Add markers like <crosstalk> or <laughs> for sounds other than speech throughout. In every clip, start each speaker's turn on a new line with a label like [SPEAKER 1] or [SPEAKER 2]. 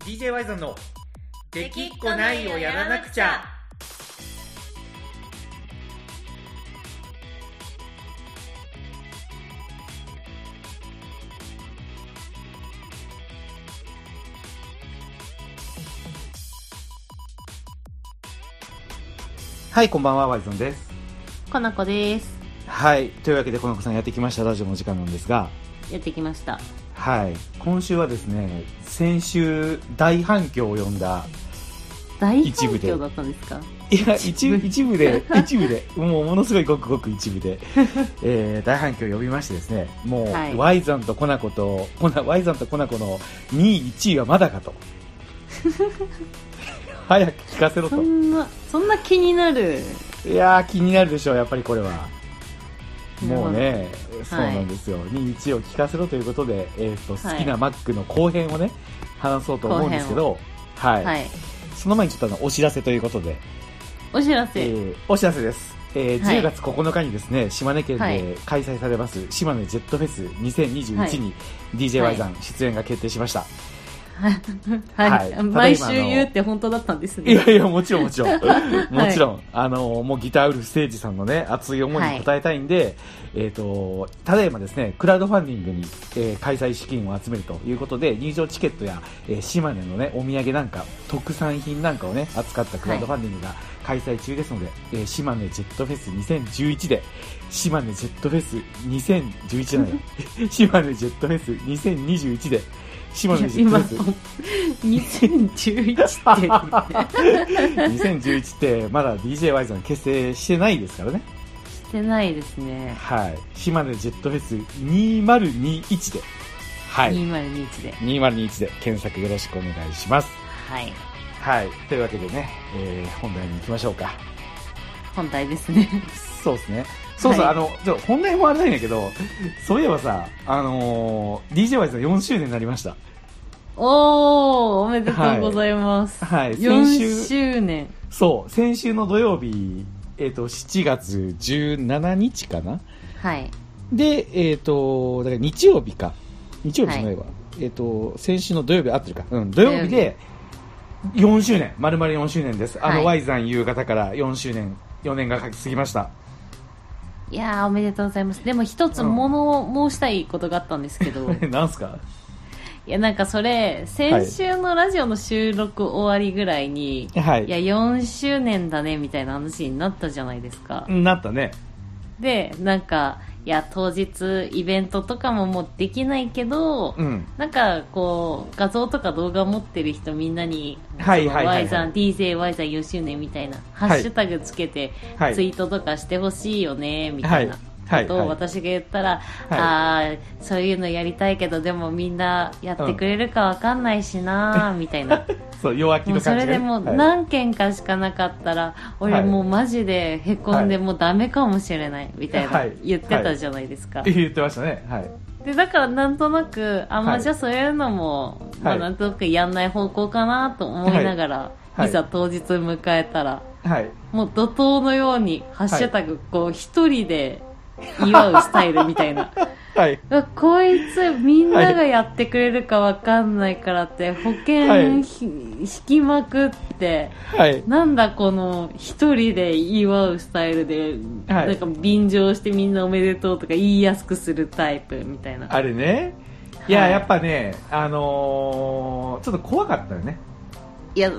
[SPEAKER 1] DJ ワイゾンの「できっこないをやらなくちゃ」はいこんばんはワイゾンです
[SPEAKER 2] かなこです
[SPEAKER 1] はいというわけでこの子さんやってきましたラジオの時間なんですが
[SPEAKER 2] やってきました
[SPEAKER 1] はい今週はですね先週大反響を呼んだ
[SPEAKER 2] 大
[SPEAKER 1] 一部
[SPEAKER 2] 反
[SPEAKER 1] で
[SPEAKER 2] 響だったんですか
[SPEAKER 1] いや一部一部で一部でもうものすごいごくごく一部 <laughs> で、えー大反響を呼びましてですねもう、
[SPEAKER 2] はい
[SPEAKER 1] ワイザンとコナコとコナワイザンとコナコの2位1位はまだ <laughs> かと早く聞かせろ
[SPEAKER 2] そ
[SPEAKER 1] と
[SPEAKER 2] んなそんな気になる
[SPEAKER 1] いやー気になるでしょうやっぱりこれはもうねそう
[SPEAKER 2] はい
[SPEAKER 1] なんですよ、2位1位を聞かせろということで、えー、と
[SPEAKER 2] はい
[SPEAKER 1] 好きなマックの後編をね話そうと思うんですけどはい、
[SPEAKER 2] はい
[SPEAKER 1] その前にちょっとあのお知らせということで
[SPEAKER 2] お知ら
[SPEAKER 1] え
[SPEAKER 2] せ
[SPEAKER 1] ーお知らせです、えー
[SPEAKER 2] はい
[SPEAKER 1] 10月9日にですね島根県
[SPEAKER 2] はい
[SPEAKER 1] で開催されます、島根ジェットフェス2021に DJY さん出演が決定しました、
[SPEAKER 2] はい、 <laughs>
[SPEAKER 1] はいただいま
[SPEAKER 2] 毎週言うって本当だったんです
[SPEAKER 1] い、や
[SPEAKER 2] ね
[SPEAKER 1] いやもちろんもちろんもちろん、あのもうギターウルフステージさんのね熱い思いに応えたいんで、えっ、とただいまですねクラウドファンディングに、えー開催資金を集めるということで入場チケットや、えー島根のねお土産なんか特産品なんかをね扱ったクラウドファンディングが開催中ですので、えー島根ジェットフェス2011で島根ジェットフェス2011じゃ
[SPEAKER 2] <laughs>
[SPEAKER 1] ない島根ジェットフェス2021で島根ジェット
[SPEAKER 2] 今
[SPEAKER 1] フェス
[SPEAKER 2] 2011って
[SPEAKER 1] 2011ってまだ DJY さん結成してないですからね
[SPEAKER 2] してないですね、
[SPEAKER 1] はい島根ジェットフェス2021ではい
[SPEAKER 2] 2021で
[SPEAKER 1] 2021で検索よろしくお願いします
[SPEAKER 2] はい
[SPEAKER 1] はいというわけでね、えー、本題に行きましょうか
[SPEAKER 2] 本題ですね
[SPEAKER 1] そうですねそうそう、
[SPEAKER 2] はい
[SPEAKER 1] あのちょ本題もあれなんやけどそういえばさあのー、DJY さん4周年になりました
[SPEAKER 2] おーおめでとうございます、
[SPEAKER 1] はい
[SPEAKER 2] 四
[SPEAKER 1] 先週
[SPEAKER 2] 4周年
[SPEAKER 1] そう先週の土曜日えっ、と7月17日かな
[SPEAKER 2] はい
[SPEAKER 1] で、えっ、と、だから日曜日か。日曜日じゃないわ。えっ、と、先週の土曜日合ってるか。うん、土曜日で4周年、丸々4周年です。あ
[SPEAKER 2] は
[SPEAKER 1] の、
[SPEAKER 2] い
[SPEAKER 1] Y さん夕方から4周年、4年が書き過ぎました。
[SPEAKER 2] いやーおめでとうございますでも一つ物を申したいことがあったんですけ
[SPEAKER 1] <laughs>
[SPEAKER 2] ど、
[SPEAKER 1] なんすか
[SPEAKER 2] いやなんかそれ先週のラジオの収録終わりぐらいに、、
[SPEAKER 1] はい
[SPEAKER 2] や
[SPEAKER 1] い。
[SPEAKER 2] 4周年だねみたいな話になったじゃないですか、
[SPEAKER 1] なったね。
[SPEAKER 2] でなんかいや当日イベントとかももうできないけど、
[SPEAKER 1] うん。
[SPEAKER 2] なんかこう画像とか動画持ってる人みんなに「
[SPEAKER 1] はいはいはいはい
[SPEAKER 2] y さん DJY さん4周年」みたいな、
[SPEAKER 1] い
[SPEAKER 2] ハッシュタグつけて
[SPEAKER 1] はい
[SPEAKER 2] ツイートとかしてほしいよねみたいな
[SPEAKER 1] はい
[SPEAKER 2] こと
[SPEAKER 1] はい
[SPEAKER 2] を私が言ったら「
[SPEAKER 1] はい
[SPEAKER 2] ああそういうのやりたいけどでもみんなやってくれるかわかんないしな」みた
[SPEAKER 1] <laughs>
[SPEAKER 2] いな
[SPEAKER 1] そう、弱気
[SPEAKER 2] もう
[SPEAKER 1] の
[SPEAKER 2] そ
[SPEAKER 1] 感
[SPEAKER 2] れ
[SPEAKER 1] じがね、
[SPEAKER 2] でもう
[SPEAKER 1] はい
[SPEAKER 2] 何件かしかなかったら
[SPEAKER 1] は
[SPEAKER 2] 俺
[SPEAKER 1] い
[SPEAKER 2] もうマジでへこん
[SPEAKER 1] はい
[SPEAKER 2] でもうダメかもしれないみたいな
[SPEAKER 1] はい
[SPEAKER 2] 言ってたじゃないですか。
[SPEAKER 1] 言ってましたね。はい。
[SPEAKER 2] でだからなんとなくあんま
[SPEAKER 1] はい
[SPEAKER 2] あじゃあそういうのも、ま
[SPEAKER 1] は
[SPEAKER 2] あ、
[SPEAKER 1] い
[SPEAKER 2] なんとなくやんない方向かなと思いながら、
[SPEAKER 1] いはい
[SPEAKER 2] いざ当日迎えたら
[SPEAKER 1] はい。
[SPEAKER 2] もう怒涛のように「ハッシュタグこう一人で祝うスタイルみたいな
[SPEAKER 1] はい。
[SPEAKER 2] うわこいつみんながやってくれるかわかんないからって保険、
[SPEAKER 1] はい
[SPEAKER 2] ひ引きまくって
[SPEAKER 1] はい。
[SPEAKER 2] なんだこの一人で祝うスタイルで、
[SPEAKER 1] はい
[SPEAKER 2] なんか便乗してみんなおめでとうとか言いやすくするタイプみたいな。
[SPEAKER 1] あれね。いや、
[SPEAKER 2] はい
[SPEAKER 1] やっぱね、あのーちょっと怖かったよね。
[SPEAKER 2] いや、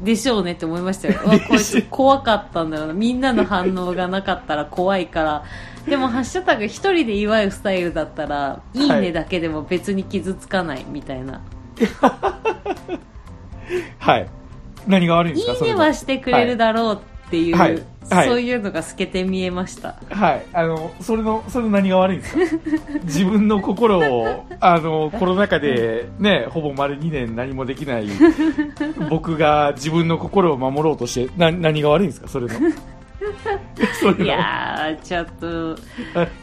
[SPEAKER 2] でしょうねって思いましたよ。うわこいつ怖かったんだろうな。みんなの反応がなかったら怖いから。でも、ハッシュタグ一人で祝うスタイルだったら、いいねだけでも別に傷つかないみたいな。
[SPEAKER 1] はい。何が悪いん
[SPEAKER 2] い、
[SPEAKER 1] で
[SPEAKER 2] い
[SPEAKER 1] すかそれ
[SPEAKER 2] ね
[SPEAKER 1] で
[SPEAKER 2] はしてくれるだろうっていう、
[SPEAKER 1] はいはい
[SPEAKER 2] そういうのが透けて見えました。
[SPEAKER 1] はい、あの、それの、それの何が悪いんで
[SPEAKER 2] <laughs>
[SPEAKER 1] すか自分の心を、あの、コロナ禍で、ね、ほぼ丸2年何もできない、
[SPEAKER 2] <laughs>
[SPEAKER 1] 僕が自分の心を守ろうとして、な、何が悪いんですかそれ
[SPEAKER 2] <laughs>
[SPEAKER 1] の。そ
[SPEAKER 2] い
[SPEAKER 1] れの。
[SPEAKER 2] やー、ちょっと、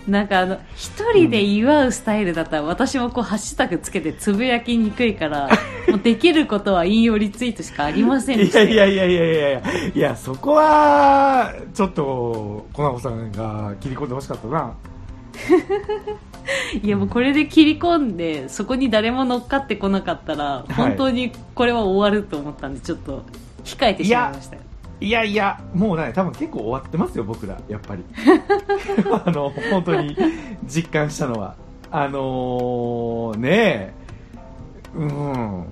[SPEAKER 2] なんかあの、一人で祝うスタイルだったら、私もこう、ハッシュタグつけてつぶやきにくい
[SPEAKER 1] <laughs>
[SPEAKER 2] から、もうできることは引用リツイートしかありませんで
[SPEAKER 1] い
[SPEAKER 2] した
[SPEAKER 1] や
[SPEAKER 2] よ
[SPEAKER 1] いやいやいやいやいや、いや、そこは、ちょっと、コナコさんが切り込んでほしかったな。
[SPEAKER 2] いやもうこれで切り込んでそこに誰も乗っかってこなかったら
[SPEAKER 1] い
[SPEAKER 2] 本当にこれは終わると思ったんでちょっと控えてしまいました
[SPEAKER 1] いやいや、もうね、多分結構終わってますよ、僕ら、やっぱり。あの、本当に実感したのは。あのー、ねえ、うん、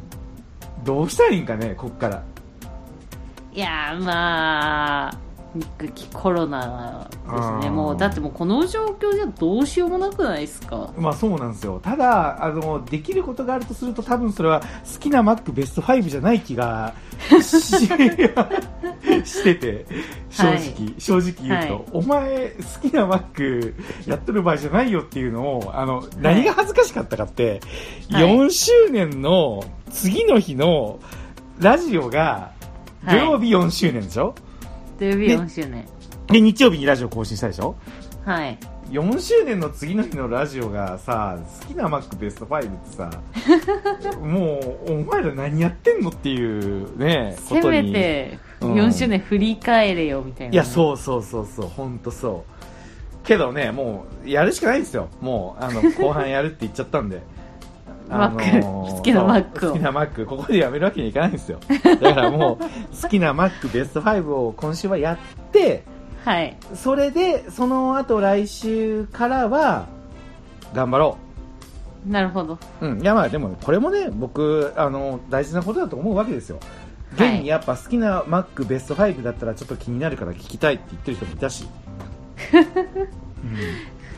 [SPEAKER 1] どうしたらいいんかね、こっから。
[SPEAKER 2] いやーまあコロナですね
[SPEAKER 1] うん
[SPEAKER 2] もうだってもうこの状況じゃどうしようもなくないですか
[SPEAKER 1] まあそうなんですよ。ただ、あの、できることがあるとすると、多分それは好きな Mac ベスト5じゃない気がし <laughs> してて、正直、
[SPEAKER 2] はい
[SPEAKER 1] 正直言うと、
[SPEAKER 2] はい
[SPEAKER 1] お前好きな Mac やってる場合じゃないよっていうのを、あの、何が恥ずかしかったかって、
[SPEAKER 2] はい
[SPEAKER 1] 4周年の次の日のラジオが、土
[SPEAKER 2] はい
[SPEAKER 1] 曜日4周年でしょ、
[SPEAKER 2] 土曜日4周年
[SPEAKER 1] で、日曜日にラジオ更新したでしょ
[SPEAKER 2] はい
[SPEAKER 1] 4周年の次の日のラジオがさ好きな Mac ベスト5ってさ
[SPEAKER 2] <laughs>
[SPEAKER 1] もうお前ら何やってんのっていうねこ
[SPEAKER 2] せ
[SPEAKER 1] と
[SPEAKER 2] め
[SPEAKER 1] に
[SPEAKER 2] て
[SPEAKER 1] うん
[SPEAKER 2] 4周年振り返れよみたいな、
[SPEAKER 1] いやそうそうそうそう本当そうけどねもうやるしかないんですよもうあの後半やるって言っちゃったんで
[SPEAKER 2] <laughs> マック好きな
[SPEAKER 1] そう
[SPEAKER 2] マックを
[SPEAKER 1] 好きなマックここでやめるわけにいかないん
[SPEAKER 2] <laughs>
[SPEAKER 1] ですよだからもう好きな Mac ベスト5を今週はやって
[SPEAKER 2] はい
[SPEAKER 1] それでその後来週からは頑張ろう
[SPEAKER 2] なるほど
[SPEAKER 1] うん、いやまあでもこれもね僕あの大事なことだと思うわけですよ現
[SPEAKER 2] はい
[SPEAKER 1] にやっぱ好きな Mac ベスト5だったらちょっと気になるから聞きたいって言ってる人もいた
[SPEAKER 2] <laughs>
[SPEAKER 1] し、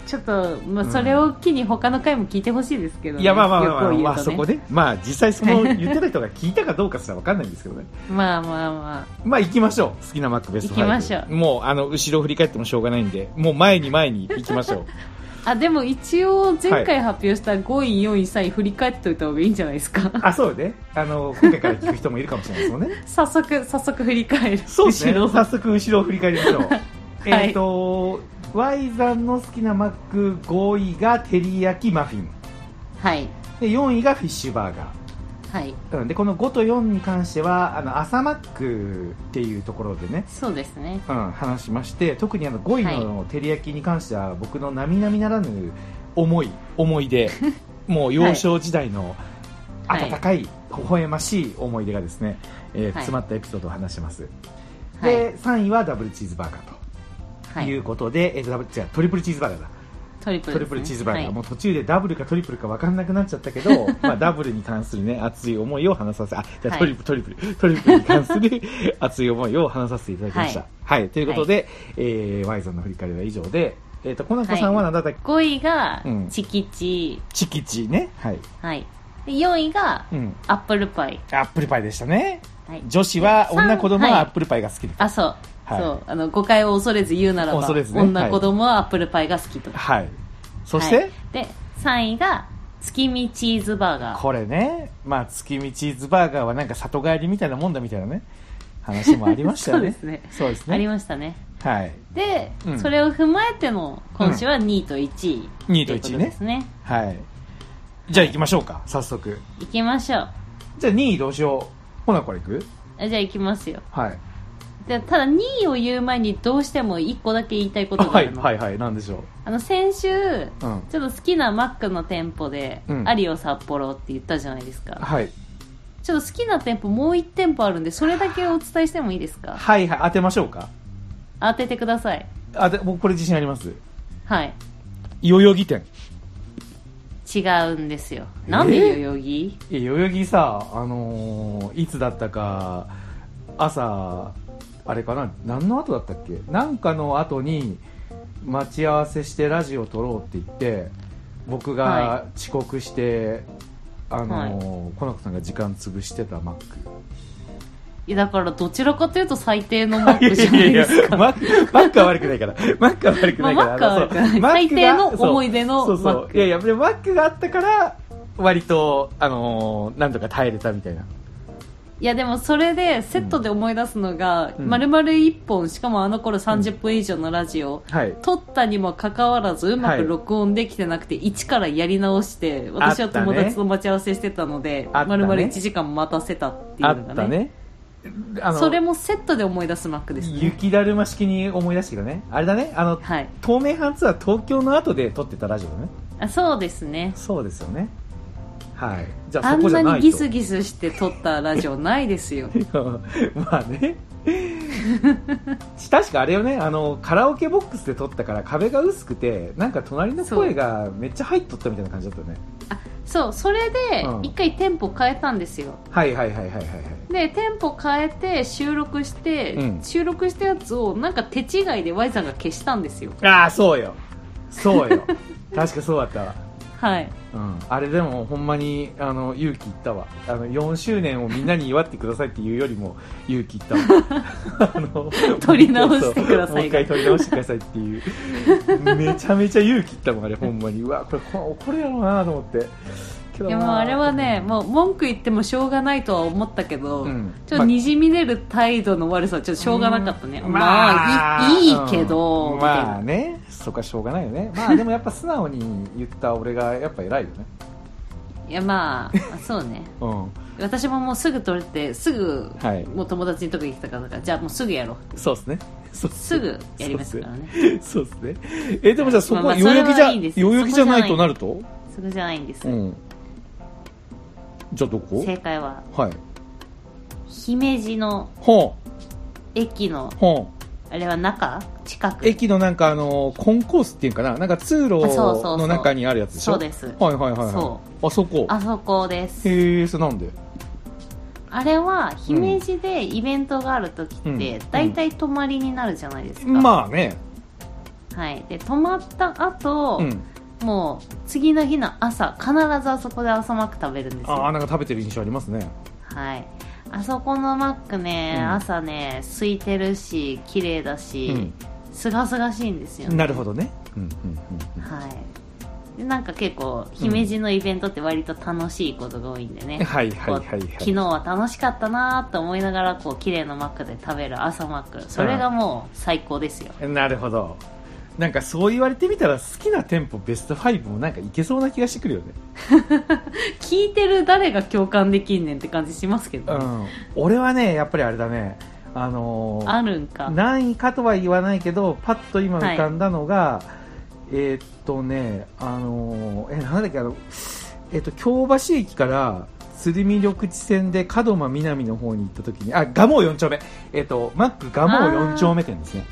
[SPEAKER 2] ちょっと、ま
[SPEAKER 1] う
[SPEAKER 2] あ、
[SPEAKER 1] ん
[SPEAKER 2] それを機に他の回も聞いてほしいですけ
[SPEAKER 1] う
[SPEAKER 2] ど、ね
[SPEAKER 1] んいやまあまあまあまあ、
[SPEAKER 2] 欲を言うとね
[SPEAKER 1] まあ、そこでまあ実際その言ってた人が聞いたかどうかすらわかんないんですけどね <laughs>
[SPEAKER 2] まあまあま
[SPEAKER 1] まあ行きましょう好きな Mac ベスト5
[SPEAKER 2] 行きましょう
[SPEAKER 1] もうあの後ろ振り返ってもしょうがないんでもう前に前に行きましょ
[SPEAKER 2] <laughs>
[SPEAKER 1] う
[SPEAKER 2] ああでも一応前回発表した5位4位3位振り返っておいた方がいいんじゃないですか <laughs>
[SPEAKER 1] あそうねあの今回から聞く人もいるかもしれないですもんね
[SPEAKER 2] 早速早速振り返る
[SPEAKER 1] そうですね。
[SPEAKER 2] 後ろ
[SPEAKER 1] 早速後ろを振り返りましょう。
[SPEAKER 2] <laughs> はい
[SPEAKER 1] えっと、Y さんの好きなマック5位が照り焼きマフィン。
[SPEAKER 2] はい
[SPEAKER 1] で、4位がフィッシュバーガ
[SPEAKER 2] はい
[SPEAKER 1] ー。うんで、この5と4に関しては、あの、朝マックっていうところでね、
[SPEAKER 2] そうですね
[SPEAKER 1] うん、話しまして、特にあの5位の照り焼きに関しては、僕の並々ならぬ思い、思い
[SPEAKER 2] <laughs>
[SPEAKER 1] 出、もう幼少時代の
[SPEAKER 2] はい
[SPEAKER 1] 温かい、微笑ましい思い出がですね、えー
[SPEAKER 2] い
[SPEAKER 1] 詰まったエピソードを話します。
[SPEAKER 2] はい
[SPEAKER 1] で、3位はダブルチーズバーガーと。
[SPEAKER 2] は
[SPEAKER 1] いうことで、えっとダブル違うトリプルチーズバーガーだ、
[SPEAKER 2] トリプルで
[SPEAKER 1] ト
[SPEAKER 2] すね、
[SPEAKER 1] リプルチーズバーガー、
[SPEAKER 2] はい
[SPEAKER 1] もう途中でダブルかトリプルか分かんなくなっちゃったけ
[SPEAKER 2] <laughs>
[SPEAKER 1] どまあダブルに関するね熱い思いを話させあじゃあ
[SPEAKER 2] はい
[SPEAKER 1] トリプル、トリプルトリプルに関する熱い思いを話させていただきましたはい、ということで、えー、Y さんの振り返りは以上でえっ、とコナコさんは何だったっけ、
[SPEAKER 2] 5位が
[SPEAKER 1] うん
[SPEAKER 2] チキチ、
[SPEAKER 1] チキチねはい
[SPEAKER 2] はいで4位が
[SPEAKER 1] うん
[SPEAKER 2] アップルパイ、
[SPEAKER 1] アップルパイでしたね
[SPEAKER 2] はい、
[SPEAKER 1] 女子は
[SPEAKER 2] さん
[SPEAKER 1] 女子供は
[SPEAKER 2] はい
[SPEAKER 1] アップルパイが好きだ
[SPEAKER 2] あそう,、
[SPEAKER 1] はい
[SPEAKER 2] そうあの誤解を恐れず言うならば
[SPEAKER 1] 恐れずねは
[SPEAKER 2] 女
[SPEAKER 1] い
[SPEAKER 2] 子供はアップルパイが好きと
[SPEAKER 1] はい、そして、
[SPEAKER 2] はいで3位が月見チーズバーガー
[SPEAKER 1] これね、まあ、月見チーズバーガーはなんか里帰りみたいなもんだみたいなね、話もありましたよね。
[SPEAKER 2] <laughs> そうですね
[SPEAKER 1] そうです
[SPEAKER 2] あり
[SPEAKER 1] ね。
[SPEAKER 2] ましたね
[SPEAKER 1] はい。
[SPEAKER 2] で、
[SPEAKER 1] うん
[SPEAKER 2] それを踏まえての今週は2位と1位、
[SPEAKER 1] 2位と1位
[SPEAKER 2] いうことで
[SPEAKER 1] ね
[SPEAKER 2] す。ね
[SPEAKER 1] はい。じゃあ行きましょうか、早速。
[SPEAKER 2] 行きましょう
[SPEAKER 1] じゃあ2位どうしよう。ほな、これ行く
[SPEAKER 2] あじゃあ行きますよ
[SPEAKER 1] はい。
[SPEAKER 2] でただ2位を言う前にどうしても1個だけ言いたいことが
[SPEAKER 1] は
[SPEAKER 2] あ
[SPEAKER 1] い、
[SPEAKER 2] るの,、
[SPEAKER 1] はい、はい、なんでしょ
[SPEAKER 2] あの先週
[SPEAKER 1] う。うん。
[SPEAKER 2] ちょっと好きなマックの店舗で、
[SPEAKER 1] うん
[SPEAKER 2] アリオ札幌って言ったじゃないですか。
[SPEAKER 1] はい。
[SPEAKER 2] ちょっと好きな店舗もう1店舗あるんで、それだけお伝えしてもいいですか
[SPEAKER 1] はい、はい、当てましょうか。
[SPEAKER 2] 当ててください。
[SPEAKER 1] あて、僕これ自信あります。
[SPEAKER 2] はい。
[SPEAKER 1] 代々木店。
[SPEAKER 2] 違うんですよ。なんで代々木
[SPEAKER 1] え、代々木さ、あのーいつだったか、朝、あれかな、何の後だったっけなんかの後に、待ち合わせしてラジオ撮ろうって言って、僕
[SPEAKER 2] は
[SPEAKER 1] が遅刻して、あのー、コナコさんが時間潰してたマック。
[SPEAKER 2] いや、だからどちらかというと最低のマックじゃないですか。
[SPEAKER 1] マック、マックは悪くないから。マックは悪くないか
[SPEAKER 2] ま
[SPEAKER 1] ら。
[SPEAKER 2] あマックは悪くない
[SPEAKER 1] あのそうマックが
[SPEAKER 2] 最低の思い出の
[SPEAKER 1] そうそうそう
[SPEAKER 2] マック
[SPEAKER 1] いやいや、でもマックがあったから、割と、あのーなんとか耐えれたみたいな。
[SPEAKER 2] いやでもそれでセットで思い出すのが、
[SPEAKER 1] うん
[SPEAKER 2] 丸々1本しかもあの頃30分以上のラジオ、
[SPEAKER 1] はい。
[SPEAKER 2] 撮ったにもかかわらずうまく録音できてなくて、一からやり直して私は友達と待ち合わせしてたので
[SPEAKER 1] あったね
[SPEAKER 2] 丸々1時間待たせたってい
[SPEAKER 1] あ
[SPEAKER 2] うの
[SPEAKER 1] っ
[SPEAKER 2] が
[SPEAKER 1] た
[SPEAKER 2] ね
[SPEAKER 1] ね。あの
[SPEAKER 2] それもセットで思い出すマックですね
[SPEAKER 1] 雪だるま式に思い出したけどねあれだねあの
[SPEAKER 2] はい
[SPEAKER 1] 透明版ツアー東京の後で撮ってたラジオだね
[SPEAKER 2] あそうですね
[SPEAKER 1] そうですよねはいじゃあ
[SPEAKER 2] あ
[SPEAKER 1] そ
[SPEAKER 2] ん
[SPEAKER 1] こじ
[SPEAKER 2] な
[SPEAKER 1] ゃないと
[SPEAKER 2] にギスギスして撮ったラジオないです
[SPEAKER 1] <laughs>
[SPEAKER 2] よ
[SPEAKER 1] まあね確かあれよねあのカラオケボックスで撮ったから壁が薄くてなんか隣の声がめっちゃ入っとったみたいな感じだったよね
[SPEAKER 2] そうそれで
[SPEAKER 1] うん
[SPEAKER 2] 一回テンポ変えたんですよ
[SPEAKER 1] はいはいはいはいはいはい
[SPEAKER 2] でテンポ変えて収録して、
[SPEAKER 1] うん
[SPEAKER 2] 収録したやつをなんか手違いで Y さんが消したんですよ
[SPEAKER 1] ああそうよそうよ確かそうだったわ
[SPEAKER 2] はい
[SPEAKER 1] うん、あれでもほんまにあの勇気いったわあの4周年をみんなに祝ってくださいっていうよりも勇気いった
[SPEAKER 2] <laughs>
[SPEAKER 1] わあの
[SPEAKER 2] 取り直してください
[SPEAKER 1] もう一回取り直してくださいっていうめちゃめちゃ勇気いったもんあれほんまにうわこれここれやろうなと思ってけど
[SPEAKER 2] い
[SPEAKER 1] な
[SPEAKER 2] やもうあれはねもう文句言ってもしょうがないとは思ったけど、
[SPEAKER 1] うん
[SPEAKER 2] ちょっとにじみ出る態度の悪さはちょっとしょうがなかったね、
[SPEAKER 1] うん
[SPEAKER 2] まあ、いいいけ
[SPEAKER 1] う
[SPEAKER 2] ど、
[SPEAKER 1] ん
[SPEAKER 2] みた
[SPEAKER 1] ま
[SPEAKER 2] いな
[SPEAKER 1] あねそこはしょうがないよねまあでもやっぱ素直に言った俺がやっぱ偉いよね
[SPEAKER 2] いやまあそうね
[SPEAKER 1] うん
[SPEAKER 2] 私ももうすぐ取れてすぐ、
[SPEAKER 1] はい
[SPEAKER 2] もう友達にとか行きたからだからじゃあもうすぐやろう
[SPEAKER 1] そうですねそうっね
[SPEAKER 2] すぐやりますからね
[SPEAKER 1] <laughs> そうですね。え、でもじゃあそこ
[SPEAKER 2] ま
[SPEAKER 1] は
[SPEAKER 2] あ
[SPEAKER 1] 代
[SPEAKER 2] まあ
[SPEAKER 1] 々木じゃ、
[SPEAKER 2] それはいいです
[SPEAKER 1] 代々木じゃないとなると
[SPEAKER 2] すぐじゃないんです、
[SPEAKER 1] うん。じゃあどこ
[SPEAKER 2] 正解は
[SPEAKER 1] はい。
[SPEAKER 2] 姫路の
[SPEAKER 1] ほ
[SPEAKER 2] 駅の
[SPEAKER 1] ん、ほん。
[SPEAKER 2] あれは中近く
[SPEAKER 1] 駅のなんかあの、コンコースっていうかななんか通路
[SPEAKER 2] あそうそうそう
[SPEAKER 1] の中にあるやつでしょ
[SPEAKER 2] そうです
[SPEAKER 1] はいはいはいはい。
[SPEAKER 2] そ
[SPEAKER 1] あそこ。
[SPEAKER 2] あそこです
[SPEAKER 1] へえ、それなんで
[SPEAKER 2] あれは姫路でイベントがある時
[SPEAKER 1] う
[SPEAKER 2] っ
[SPEAKER 1] ん
[SPEAKER 2] て大体泊まりになるじゃないですか、
[SPEAKER 1] まあね。
[SPEAKER 2] はい、で泊まった後、
[SPEAKER 1] うん。
[SPEAKER 2] もう次の日の朝必ずあそこで朝マック食べるんです
[SPEAKER 1] ああ、
[SPEAKER 2] よ
[SPEAKER 1] なんか食べてる印象ありますね。
[SPEAKER 2] はいあそこのマックね、
[SPEAKER 1] うん
[SPEAKER 2] 朝ね空いてるし綺麗だしすがすがしいんですよ
[SPEAKER 1] うん。
[SPEAKER 2] ね
[SPEAKER 1] なるほどね。うんうんうんうん。
[SPEAKER 2] はいでなんか結構姫路のイベントって割と楽しいことが多いんで
[SPEAKER 1] <laughs>
[SPEAKER 2] ね、
[SPEAKER 1] はいはい
[SPEAKER 2] こ
[SPEAKER 1] は
[SPEAKER 2] う
[SPEAKER 1] いはい。
[SPEAKER 2] 昨日は楽しかったなーと思いながらこう綺麗なマックで食べる朝マックそれがもう最高ですよ、
[SPEAKER 1] なるほど。なんかそう言われてみたら好きな店舗ベスト5もなんかいけそうな気がしてくるよね。
[SPEAKER 2] 聞いてる誰が共感できんねんって感じしますけ
[SPEAKER 1] う
[SPEAKER 2] ど、
[SPEAKER 1] ん、俺はね、やっぱりあれだね、あのー
[SPEAKER 2] あるんか
[SPEAKER 1] 何位かとは言わないけど、パッと今浮かんだのが、えーっとね、あのーえ、なんだっけ、あの、えーっと、京橋駅から、鶴見緑地線で門真南の方に行った時に、あ、蒲生4丁目。えーっと、マック蒲生4丁目店ですね。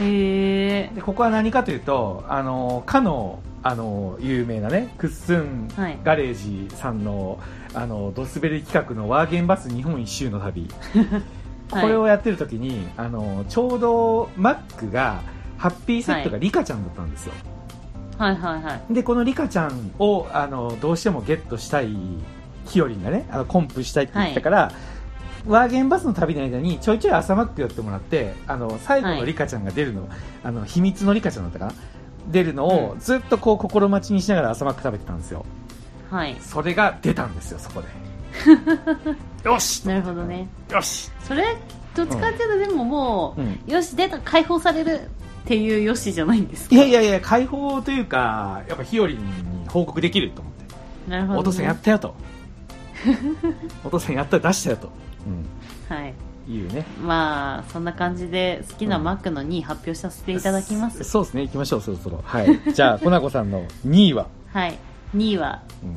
[SPEAKER 2] へえ
[SPEAKER 1] で、ここは何かというと、あのーかの、あのー有名なね、クッスン
[SPEAKER 2] はい
[SPEAKER 1] ガレージさんの、あのードスベリ企画のワーゲンバス日本一周の
[SPEAKER 2] <laughs>
[SPEAKER 1] 旅。これをやってる時に、あのちょうどマックがハッピーセットが
[SPEAKER 2] は
[SPEAKER 1] リカちゃんだったんですよ、
[SPEAKER 2] はいはいはい
[SPEAKER 1] でこのリカちゃんをあのどうしてもゲットしたいひよりんがねあのコンプしたいって言ったから、ワーゲンバスの旅の間にちょいちょい朝マック寄ってもらってあの最後
[SPEAKER 2] は
[SPEAKER 1] の
[SPEAKER 2] い
[SPEAKER 1] リカちゃんが出るの,、あの秘密のリカちゃんだったかな出るのを
[SPEAKER 2] うん
[SPEAKER 1] ずっとこう心待ちにしながら朝マック食べてたんですよ
[SPEAKER 2] はい
[SPEAKER 1] それが出たんですよそこで <laughs> よし
[SPEAKER 2] なるほどね
[SPEAKER 1] よし、
[SPEAKER 2] それどっちかっていうとでもも
[SPEAKER 1] うん
[SPEAKER 2] う、よし出た解放されるっていうよしじゃないんですか
[SPEAKER 1] いやいやいや、解放というか、やっぱひよりんに報告できると思って、
[SPEAKER 2] なるほど、ね、
[SPEAKER 1] お父さんやったよ <laughs> と、お父さんやったら出したよと、
[SPEAKER 2] はい
[SPEAKER 1] うん、いうね。
[SPEAKER 2] まあそんな感じで好きなマックの2位発表させていただきま
[SPEAKER 1] そ
[SPEAKER 2] す、
[SPEAKER 1] そうですね、行きましょう、そろそろ。 <laughs> はい。じゃあ、コナコさんの2位は、
[SPEAKER 2] はい2位は
[SPEAKER 1] うん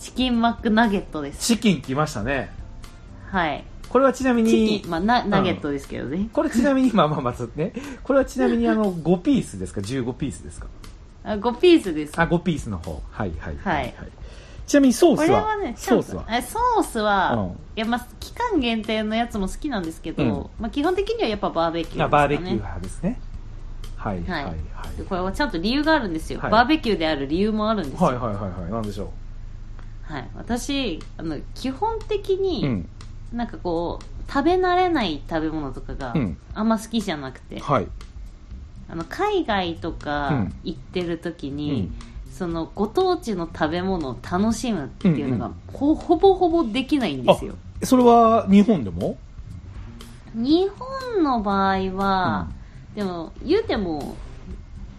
[SPEAKER 2] チキンマックナゲットです
[SPEAKER 1] チキン来ましたね。
[SPEAKER 2] はい
[SPEAKER 1] これはちなみ
[SPEAKER 2] チ
[SPEAKER 1] に
[SPEAKER 2] キン、、まあ、なナゲットですけどね、
[SPEAKER 1] これちなみに、まあまあまあ、そうね、これはちなみに、あの、5ピースですか、15ピースですか。
[SPEAKER 2] あ5ピースです
[SPEAKER 1] あ、5ピースの方。はいはい
[SPEAKER 2] はい
[SPEAKER 1] ちなみにソー
[SPEAKER 2] こ
[SPEAKER 1] ス
[SPEAKER 2] れ
[SPEAKER 1] は、
[SPEAKER 2] はねちゃ
[SPEAKER 1] ソ
[SPEAKER 2] ん
[SPEAKER 1] ー
[SPEAKER 2] と
[SPEAKER 1] スは。
[SPEAKER 2] えソースは、
[SPEAKER 1] うん
[SPEAKER 2] いやまあ、期間限定のやつも好きなんですけど、
[SPEAKER 1] うん
[SPEAKER 2] まあ、基本的にはやっぱバーベキューですか、ね、
[SPEAKER 1] あバーベキュー派ですね。はいはいはい。
[SPEAKER 2] でこれはちゃんと理由があるんですよ、
[SPEAKER 1] はい
[SPEAKER 2] バーベキューである理由もあるんですよ、
[SPEAKER 1] は
[SPEAKER 2] はいい
[SPEAKER 1] はいはいはい、なんでしょ
[SPEAKER 2] 私あの基本的
[SPEAKER 1] う。う
[SPEAKER 2] に、
[SPEAKER 1] ん。
[SPEAKER 2] なんかこう食べ慣れない食べ物とかが
[SPEAKER 1] うん
[SPEAKER 2] あんま好きじゃなくて、
[SPEAKER 1] はい。
[SPEAKER 2] あの海外と
[SPEAKER 1] う
[SPEAKER 2] か
[SPEAKER 1] ん
[SPEAKER 2] 行ってる時
[SPEAKER 1] う
[SPEAKER 2] に、
[SPEAKER 1] ん。
[SPEAKER 2] そのご当地の食べ物を楽しむっていうの
[SPEAKER 1] うん
[SPEAKER 2] がほ,、ほぼほぼできないんですよ
[SPEAKER 1] それは日本でも
[SPEAKER 2] 日本の場合は、でも言うても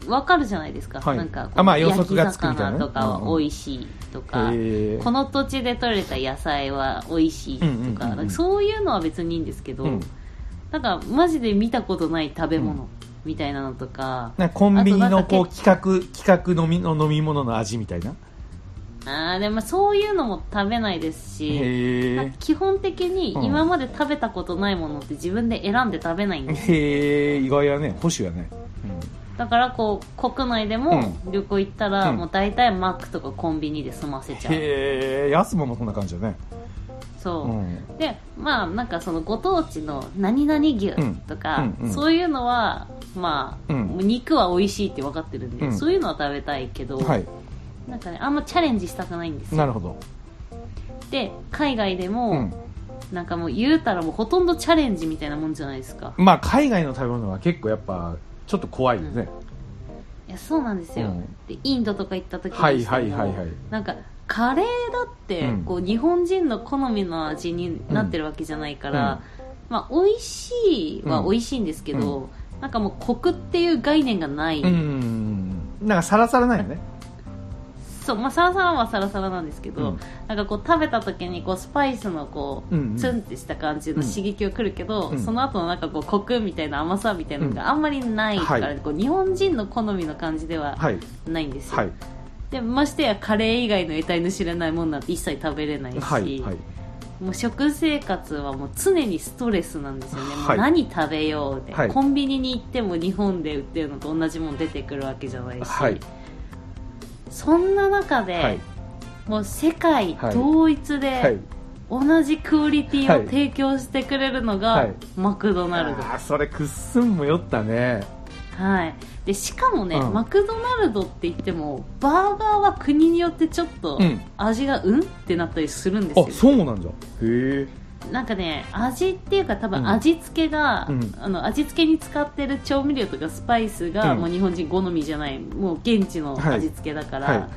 [SPEAKER 2] わかるじゃないですか、
[SPEAKER 1] はい
[SPEAKER 2] なんかこう
[SPEAKER 1] あまあ予
[SPEAKER 2] 焼
[SPEAKER 1] 測
[SPEAKER 2] き
[SPEAKER 1] がつくみたいな
[SPEAKER 2] 魚
[SPEAKER 1] ね
[SPEAKER 2] とか
[SPEAKER 1] うんう
[SPEAKER 2] は
[SPEAKER 1] ん
[SPEAKER 2] 美味しいとか、
[SPEAKER 1] へえ
[SPEAKER 2] この土地で採れた野菜は美味しいとか,、
[SPEAKER 1] うんうんうんうん
[SPEAKER 2] なんかそういうのは別にいいんですけど、
[SPEAKER 1] うん
[SPEAKER 2] なんかマジで見たことない食べ物みたいなのとか、
[SPEAKER 1] なんかコンビニ
[SPEAKER 2] あとな
[SPEAKER 1] の
[SPEAKER 2] んか
[SPEAKER 1] こう企画企画飲みの飲み物の味みたいな
[SPEAKER 2] あーでもそういうのも食べないですし、
[SPEAKER 1] へ
[SPEAKER 2] なん
[SPEAKER 1] え
[SPEAKER 2] か基本的に
[SPEAKER 1] うん
[SPEAKER 2] 今まで食べたことないものって自分で選んで食べないんです、
[SPEAKER 1] へえ意外やね保守やね、
[SPEAKER 2] だからこう国内でも旅行行ったら、
[SPEAKER 1] うん
[SPEAKER 2] もう大体マックとかコンビニで済ませちゃ
[SPEAKER 1] うん、
[SPEAKER 2] う、
[SPEAKER 1] へえ安ももそんな感じだね
[SPEAKER 2] そう、
[SPEAKER 1] うん
[SPEAKER 2] でまあなんかそのご当地の何々牛とか、
[SPEAKER 1] うんうんうん
[SPEAKER 2] そういうのはまあ、
[SPEAKER 1] うん
[SPEAKER 2] 肉は美味しいって分かってるんで、
[SPEAKER 1] うん
[SPEAKER 2] そういうのは食べたいけど、
[SPEAKER 1] はい
[SPEAKER 2] なんかねあんまチャレンジしたくないんですよ
[SPEAKER 1] なるほど
[SPEAKER 2] で海外でも、
[SPEAKER 1] うん
[SPEAKER 2] なんかもう言うたらもうほとんどチャレンジみたいなもんじゃないですか
[SPEAKER 1] まあ海外の食べ物は結構やっぱちょっと怖いよね、
[SPEAKER 2] いやそうなんですよ、
[SPEAKER 1] うん
[SPEAKER 2] でインドとか行った時にしても
[SPEAKER 1] はいはいはいはい
[SPEAKER 2] なんかカレーだって、
[SPEAKER 1] うん
[SPEAKER 2] こう日本人の好みの味になってるわけじゃないから、まあ美味しいは美味しいんですけど、なんかもうコクっていう概念がない、
[SPEAKER 1] うんなんかさらさらないよね
[SPEAKER 2] そうまあサラサラはサラサラなんですけど、
[SPEAKER 1] うん
[SPEAKER 2] なんかこう食べた時にこうスパイスのこう、
[SPEAKER 1] うんうん
[SPEAKER 2] ツンってした感じの刺激をくるけど、
[SPEAKER 1] うん
[SPEAKER 2] その後のなんかこうコクみたいな甘さみたいなのがあんまりないから、
[SPEAKER 1] はい
[SPEAKER 2] こう日本人の好みの感じでは
[SPEAKER 1] はい
[SPEAKER 2] ないんですよ、
[SPEAKER 1] はい
[SPEAKER 2] でましてやカレー以外の得体の知れないもんなんて一切食べれないし、
[SPEAKER 1] はいはい
[SPEAKER 2] もう食生活はもう常にストレスなんですよね、もう
[SPEAKER 1] はい
[SPEAKER 2] 何食べようで、
[SPEAKER 1] はい
[SPEAKER 2] コンビニに行っても日本で売ってるのと同じもん出てくるわけじゃないし、
[SPEAKER 1] はい
[SPEAKER 2] そんな中で、
[SPEAKER 1] はい
[SPEAKER 2] もう世界
[SPEAKER 1] はい
[SPEAKER 2] 同一
[SPEAKER 1] はい
[SPEAKER 2] で同じクオリティ
[SPEAKER 1] は
[SPEAKER 2] を
[SPEAKER 1] い
[SPEAKER 2] 提供してくれるのが、
[SPEAKER 1] はい
[SPEAKER 2] マクドナルド
[SPEAKER 1] あーそれくっすんも酔ったね
[SPEAKER 2] はい、でしかもね、
[SPEAKER 1] うん
[SPEAKER 2] マクドナルドって言ってもバーガーは国によってちょっと
[SPEAKER 1] うん
[SPEAKER 2] 味がうんってなったりするんですよ
[SPEAKER 1] あ、そうなんじゃへえ
[SPEAKER 2] なんかね味っていうか多
[SPEAKER 1] うん
[SPEAKER 2] 分味付けが、
[SPEAKER 1] うん
[SPEAKER 2] あの味付けに使ってる調味料とかスパイスが、
[SPEAKER 1] うん
[SPEAKER 2] もう日本人好みじゃないもう現地の
[SPEAKER 1] はい
[SPEAKER 2] 味付けだから、
[SPEAKER 1] はい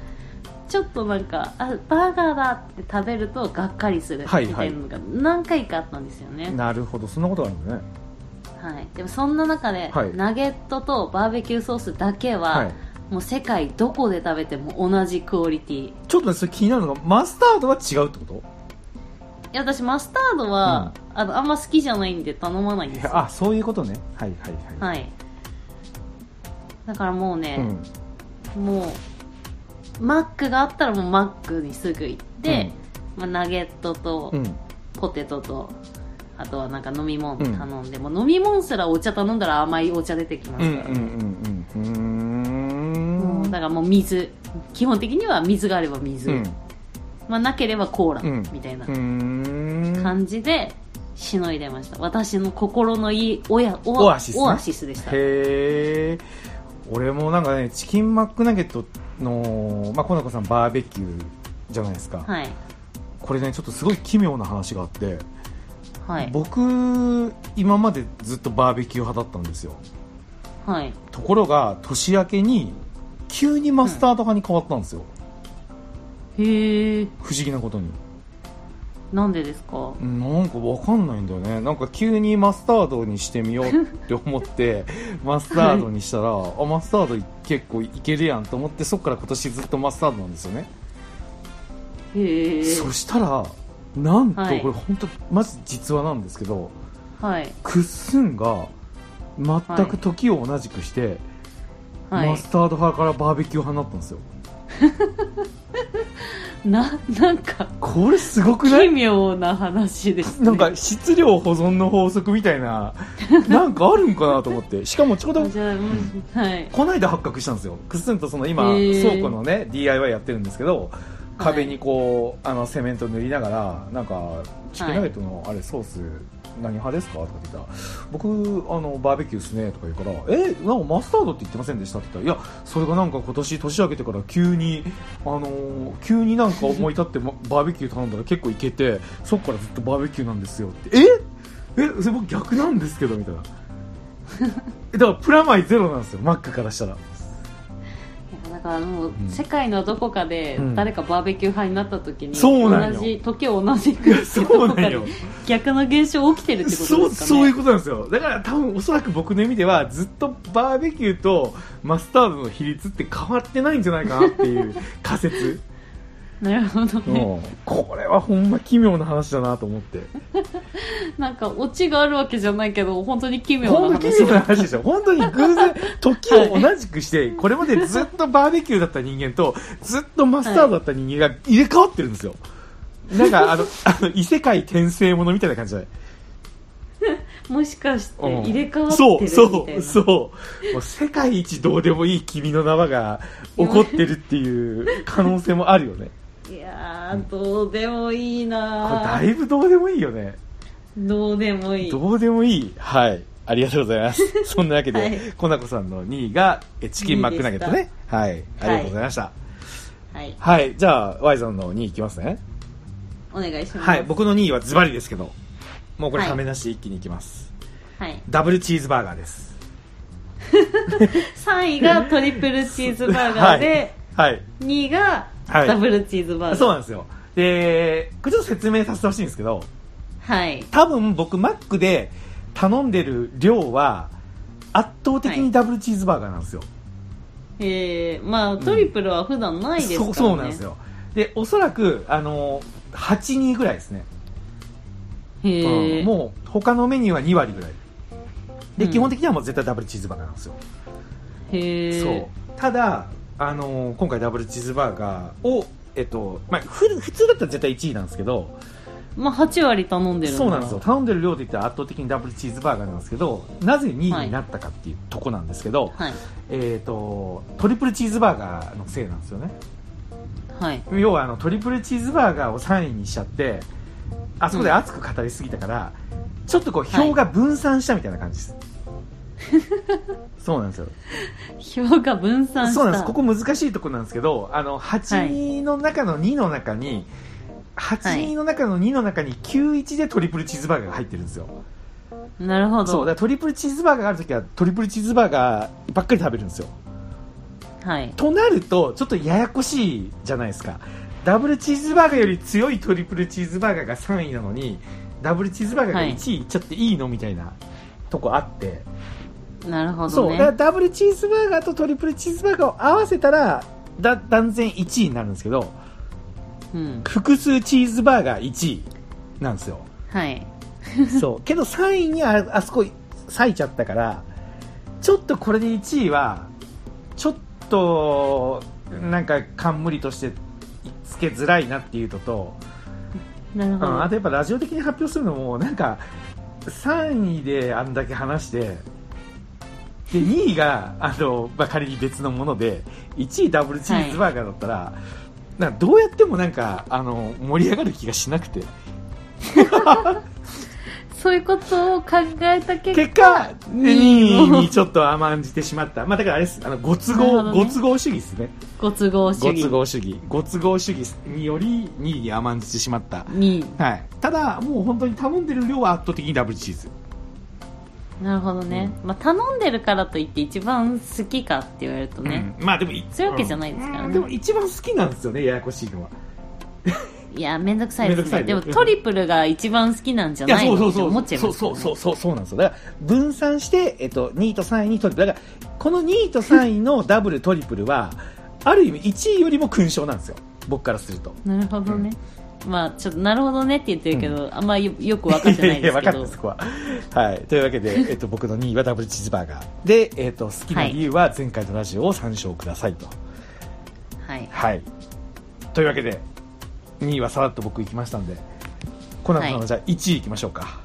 [SPEAKER 2] ちょっとなんかあバーガーだって食べるとがっかりするみ
[SPEAKER 1] は
[SPEAKER 2] た
[SPEAKER 1] い
[SPEAKER 2] い
[SPEAKER 1] はい
[SPEAKER 2] なのが何回かあったんですよね、はい
[SPEAKER 1] なるほどそんなことあるんだね
[SPEAKER 2] でもそんな中で、
[SPEAKER 1] はい
[SPEAKER 2] ナゲットとバーベキューソースだけは、
[SPEAKER 1] はい
[SPEAKER 2] もう世界どこで食べても同じクオリティい
[SPEAKER 1] ちょっとねそれ気になるのがマスタードは違うってこ
[SPEAKER 2] や私マスタードは、あのあんま好きじゃないんで頼まないん
[SPEAKER 1] と
[SPEAKER 2] で
[SPEAKER 1] い
[SPEAKER 2] すよ
[SPEAKER 1] やあそういうことねはいはいは
[SPEAKER 2] はいだからもうね
[SPEAKER 1] い、うん
[SPEAKER 2] もうマックがあったらもうマックにすぐ行って、まあ、ナゲットと
[SPEAKER 1] うん
[SPEAKER 2] ポテトと、あとはなんか飲み物頼んで、もう飲み物すらお茶頼んだら甘いお茶出てきま
[SPEAKER 1] うん
[SPEAKER 2] すから、
[SPEAKER 1] うんうんうんう
[SPEAKER 2] もう
[SPEAKER 1] ーん
[SPEAKER 2] だからもう水基本的には水があれば水、
[SPEAKER 1] うん
[SPEAKER 2] まあ、なければコーラ、
[SPEAKER 1] うん
[SPEAKER 2] みたいな
[SPEAKER 1] うーん
[SPEAKER 2] 感じでしのいでました私の心のいいおやお
[SPEAKER 1] オアシスね
[SPEAKER 2] オアシスでした
[SPEAKER 1] へえ俺もなんかねチキンマックナゲットの、まあ、この子さんバーベキューじゃないですか、
[SPEAKER 2] はい
[SPEAKER 1] これねちょっとすごい奇妙な話があって、
[SPEAKER 2] はい
[SPEAKER 1] 僕今までずっとバーベキュー派だったんですよ
[SPEAKER 2] はい
[SPEAKER 1] ところが年明けに急にマスタード派に変わったんですよ、
[SPEAKER 2] へえ
[SPEAKER 1] 不思議なことに
[SPEAKER 2] なんでですか
[SPEAKER 1] なんかわかんないんだよねなんか急にマスタードにしてみようって思って
[SPEAKER 2] <laughs>
[SPEAKER 1] マスタードにしたら、あマスタード結構いけるやんと思ってそっから今年ずっとマスタードなんですよね
[SPEAKER 2] へえ
[SPEAKER 1] そしたらなんと、
[SPEAKER 2] はい
[SPEAKER 1] これ本当マジ実話なんですけど
[SPEAKER 2] はい
[SPEAKER 1] クッスンが全く時を同じくして、
[SPEAKER 2] は
[SPEAKER 1] マ
[SPEAKER 2] い
[SPEAKER 1] スタード派からバーベキュー派になったんですよ
[SPEAKER 2] ななんか
[SPEAKER 1] これすごくな
[SPEAKER 2] 奇
[SPEAKER 1] い
[SPEAKER 2] 妙な話ですね
[SPEAKER 1] なんか質量保存の法則みたい
[SPEAKER 2] <laughs>
[SPEAKER 1] ななんかあるんかなと思ってしかもちょうど
[SPEAKER 2] あじゃあ、うん、はい
[SPEAKER 1] この間発覚したんですよくっすんとその今
[SPEAKER 2] へー
[SPEAKER 1] 倉庫のね DIY やってるんですけど壁にこう、あのセメント塗りながらなんかチキンナゲットのあれソース何派ですかとかって言ったら僕あのバーベキューですねとか言うからえなんかマスタードって言ってませんでしたって言ったらいやそれがなんか今年年明けてから急にあのー急になんか思い立ってま <laughs> バーベキュー頼んだら結構いけてそっからずっとバーベキューなんですよってええそれ僕逆なんですけどみたいなだからプラマイゼロなんですよマックからしたら
[SPEAKER 2] いやだからもう
[SPEAKER 1] うん
[SPEAKER 2] 世界のどこかで
[SPEAKER 1] うん
[SPEAKER 2] 誰かバーベキュー派になった時に
[SPEAKER 1] そうなんよ
[SPEAKER 2] 同じ時を同じくして
[SPEAKER 1] そう
[SPEAKER 2] ど
[SPEAKER 1] な
[SPEAKER 2] こ
[SPEAKER 1] ん
[SPEAKER 2] か
[SPEAKER 1] よ
[SPEAKER 2] で逆の現象起きてるってこ
[SPEAKER 1] そ
[SPEAKER 2] と
[SPEAKER 1] う
[SPEAKER 2] ですかね
[SPEAKER 1] そういうことなんですよだから多分おそらく僕の意味ではずっとバーベキューとマスタードの比率って変わってないんじゃないかなっていう仮説
[SPEAKER 2] なるほどね
[SPEAKER 1] もうこれはほんま奇妙な話だなと思って
[SPEAKER 2] なんかオチがあるわけじゃないけど本当に奇妙
[SPEAKER 1] ほん
[SPEAKER 2] な
[SPEAKER 1] ま奇
[SPEAKER 2] 話
[SPEAKER 1] 妙な話でしょ本当に偶然時を同じくしてこれまでずっとバーベキューだった人間とずっとマスタードだった人間が入れ替わってるんですよなんかあのあの異世界転生ものみたいな感じじゃない
[SPEAKER 2] もしかして
[SPEAKER 1] うん
[SPEAKER 2] 入れ替わってる
[SPEAKER 1] そう
[SPEAKER 2] み
[SPEAKER 1] そ
[SPEAKER 2] たいうな
[SPEAKER 1] そうもう世界一どうでもいい君の名が起こってるっていう可能性もあるよね
[SPEAKER 2] いやーどうでもいい
[SPEAKER 1] これ
[SPEAKER 2] な
[SPEAKER 1] だ
[SPEAKER 2] ー
[SPEAKER 1] いぶどうでもいいよね
[SPEAKER 2] どうでもいい
[SPEAKER 1] どうでもいいはいありがとうございます
[SPEAKER 2] <laughs>
[SPEAKER 1] そんなわけで、
[SPEAKER 2] はい
[SPEAKER 1] コナコさんの2位がえチキンマックナゲットねはいありがとうございました
[SPEAKER 2] はい
[SPEAKER 1] はい、じゃあ Y さんの2位いきますね
[SPEAKER 2] お願いします
[SPEAKER 1] はい僕の2位はズバリですけどもうこれ
[SPEAKER 2] はい
[SPEAKER 1] ためなしで一気にいきます、
[SPEAKER 2] はい
[SPEAKER 1] ダブルチーズバーガーです
[SPEAKER 2] 3位がトリプルチーズバーガーで、
[SPEAKER 1] はい、はい
[SPEAKER 2] 2位が
[SPEAKER 1] はい
[SPEAKER 2] ダブルチーズバーガー。
[SPEAKER 1] そうなんですよ。で、これちょっと説明させてほしいんですけど、
[SPEAKER 2] はい。
[SPEAKER 1] 多分僕、マックで頼んでる量は、圧倒的
[SPEAKER 2] は
[SPEAKER 1] に
[SPEAKER 2] い
[SPEAKER 1] ダブルチーズバーガーなんですよ。
[SPEAKER 2] えー、まあ、トリプルは普段ないですから
[SPEAKER 1] そ
[SPEAKER 2] ね。
[SPEAKER 1] そうなんです。よ。で、おそらく、あの、8人ぐらいですね。
[SPEAKER 2] へー
[SPEAKER 1] うんもう、他のメニューは2割ぐらい。で、
[SPEAKER 2] うん
[SPEAKER 1] 基本的にはもう絶対ダブルチーズバーガーなんですよ。
[SPEAKER 2] へー
[SPEAKER 1] そう。ただ、あの、今回ダブルチーズバーガーを、えっと、まあ、ふ普通だったら絶対1位なんですけど、
[SPEAKER 2] まあ、8割頼んでる
[SPEAKER 1] そうなんですよ。頼んでる量で言ったら圧倒的にダブルチーズバーガーなんですけどなぜ2位になったかっていうとこなんですけど、
[SPEAKER 2] はい。
[SPEAKER 1] えっとトリプルチーズバーガーのせいなんですよね
[SPEAKER 2] はい。
[SPEAKER 1] 要はあのトリプルチーズバーガーを3位にしちゃってあそこで熱く語りすぎたから、ちょっとこう票が分散したみたいな感じ
[SPEAKER 2] <laughs>
[SPEAKER 1] です、そうなんですよ
[SPEAKER 2] 票が分散した。
[SPEAKER 1] そうなんですここ難しいところなんですけどあの8の中の2の中に、8の中の2の中に91でトリプルチーズバーガーが入ってるんですよ
[SPEAKER 2] なるほど。
[SPEAKER 1] そうだからトリプルチーズバーガーがあるときはトリプルチーズバーガーばっかり食べるんですよ
[SPEAKER 2] はい。
[SPEAKER 1] となるとちょっとややこしいじゃないですかダブルチーズバーガーより強いトリプルチーズバーガーが3位なのにダブルチーズバーガーが
[SPEAKER 2] はい
[SPEAKER 1] 1位いっちゃっていいのみたいなとこあって、
[SPEAKER 2] なるほ
[SPEAKER 1] そ
[SPEAKER 2] ど
[SPEAKER 1] うだから
[SPEAKER 2] ね。
[SPEAKER 1] ダブルチーズバーガーとトリプルチーズバーガーを合わせたらだ断然1位になるんですけど
[SPEAKER 2] うん。
[SPEAKER 1] 複数チーズバーガー1位なんですよ
[SPEAKER 2] はい。
[SPEAKER 1] そうけど3位にああそこ割いちゃったからちょっとこれで1位はちょっとなんか冠としてつけづらいなっていうのと、
[SPEAKER 2] なるほ
[SPEAKER 1] うんあ
[SPEAKER 2] ど。
[SPEAKER 1] とやっぱラジオ的に発表するのもなんか3位であんだけ話してで2位 <laughs> があの、まあ、仮に別のもので1位ダブルチーズバーガーだったら、なんかどうやってもなんかあの盛り上がる気がしなくて
[SPEAKER 2] そういうことを考えた <laughs> 結
[SPEAKER 1] 結
[SPEAKER 2] 果、
[SPEAKER 1] 果、2位
[SPEAKER 2] も
[SPEAKER 1] にちょっと甘んじてしまった。まあだからあれです。あの、ご都
[SPEAKER 2] なる
[SPEAKER 1] 合、
[SPEAKER 2] ほどね
[SPEAKER 1] ご都合主義ですね。
[SPEAKER 2] ご都合主
[SPEAKER 1] ご
[SPEAKER 2] 義
[SPEAKER 1] 都合主義。ご都合主義により2位に甘んじてしまった。
[SPEAKER 2] に。
[SPEAKER 1] はい。ただ、もう本当に頼んでる量は圧倒的にダブルチーズ。
[SPEAKER 2] なるほどね。まあ、頼んでるからといって一番好きかって言われるとね。
[SPEAKER 1] うん。まあでもい、
[SPEAKER 2] そういうわけじゃないですからね
[SPEAKER 1] うんでも一番好きなんですよね、ややこしいのは。
[SPEAKER 2] いや、めんどくさいですね。
[SPEAKER 1] めん
[SPEAKER 2] で
[SPEAKER 1] ど
[SPEAKER 2] も、
[SPEAKER 1] くさいね
[SPEAKER 2] トリプルが一番好きなんじゃ
[SPEAKER 1] いや、
[SPEAKER 2] ない
[SPEAKER 1] そうそ
[SPEAKER 2] の
[SPEAKER 1] う
[SPEAKER 2] って
[SPEAKER 1] そう。
[SPEAKER 2] 思っちゃいます。
[SPEAKER 1] そうそううそう、そうなんですよ。だから、分散して、えっと、2位と3位にトリプル。だから、この2位と3位のダブル、トリプルは、ある意味1位よりも勲章なんですよ。僕からすると。
[SPEAKER 2] なるほどね。まあ、ちょっと、なるほどねって言ってるけど、あんまよよく分かって
[SPEAKER 1] <laughs>
[SPEAKER 2] ないです
[SPEAKER 1] 分
[SPEAKER 2] け
[SPEAKER 1] かった
[SPEAKER 2] ど
[SPEAKER 1] そ。こは。はい。というわけ
[SPEAKER 2] <laughs>
[SPEAKER 1] で、えっと、僕の2位はダブルチーズバーガー。で、えっと、好きな理由は前回のラジオを参照くださいと。
[SPEAKER 2] はい。
[SPEAKER 1] はい。というわけで、2位はさらっと僕行きましたんで、コナンさん
[SPEAKER 2] は
[SPEAKER 1] の
[SPEAKER 2] い
[SPEAKER 1] じゃあ1位行きましょうか。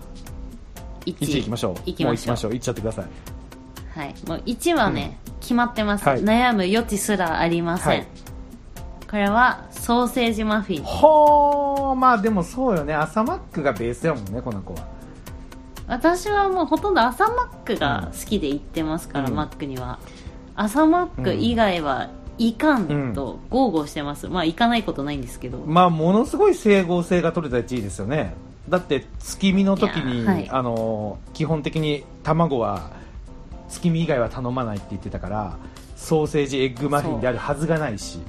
[SPEAKER 2] 1
[SPEAKER 1] 1位行きましょう。
[SPEAKER 2] 行きま
[SPEAKER 1] もう行
[SPEAKER 2] し
[SPEAKER 1] き
[SPEAKER 2] ょう
[SPEAKER 1] まし。ょう。行っちゃってください。
[SPEAKER 2] はい。もう1はね、決まってます。
[SPEAKER 1] はい
[SPEAKER 2] 悩む余地すらありません。
[SPEAKER 1] はい
[SPEAKER 2] これは、ソーセージマフィン。
[SPEAKER 1] ほー、まあでもそうよね。朝マックがベースやもんね、この子は。
[SPEAKER 2] 私はもうほとんど朝マックが好きで行ってますから、
[SPEAKER 1] うん
[SPEAKER 2] マックには朝マック以外は行かんと豪語してます、まあ行かないことないんですけど、
[SPEAKER 1] まあ、ものすごい整合性が取れた1位ですよね。だって、月見の時
[SPEAKER 2] い
[SPEAKER 1] に、
[SPEAKER 2] やはい
[SPEAKER 1] あの、基本的に卵は、月見以外は頼まないって言ってたから、ソーセージエッグマフィンであるはずがないし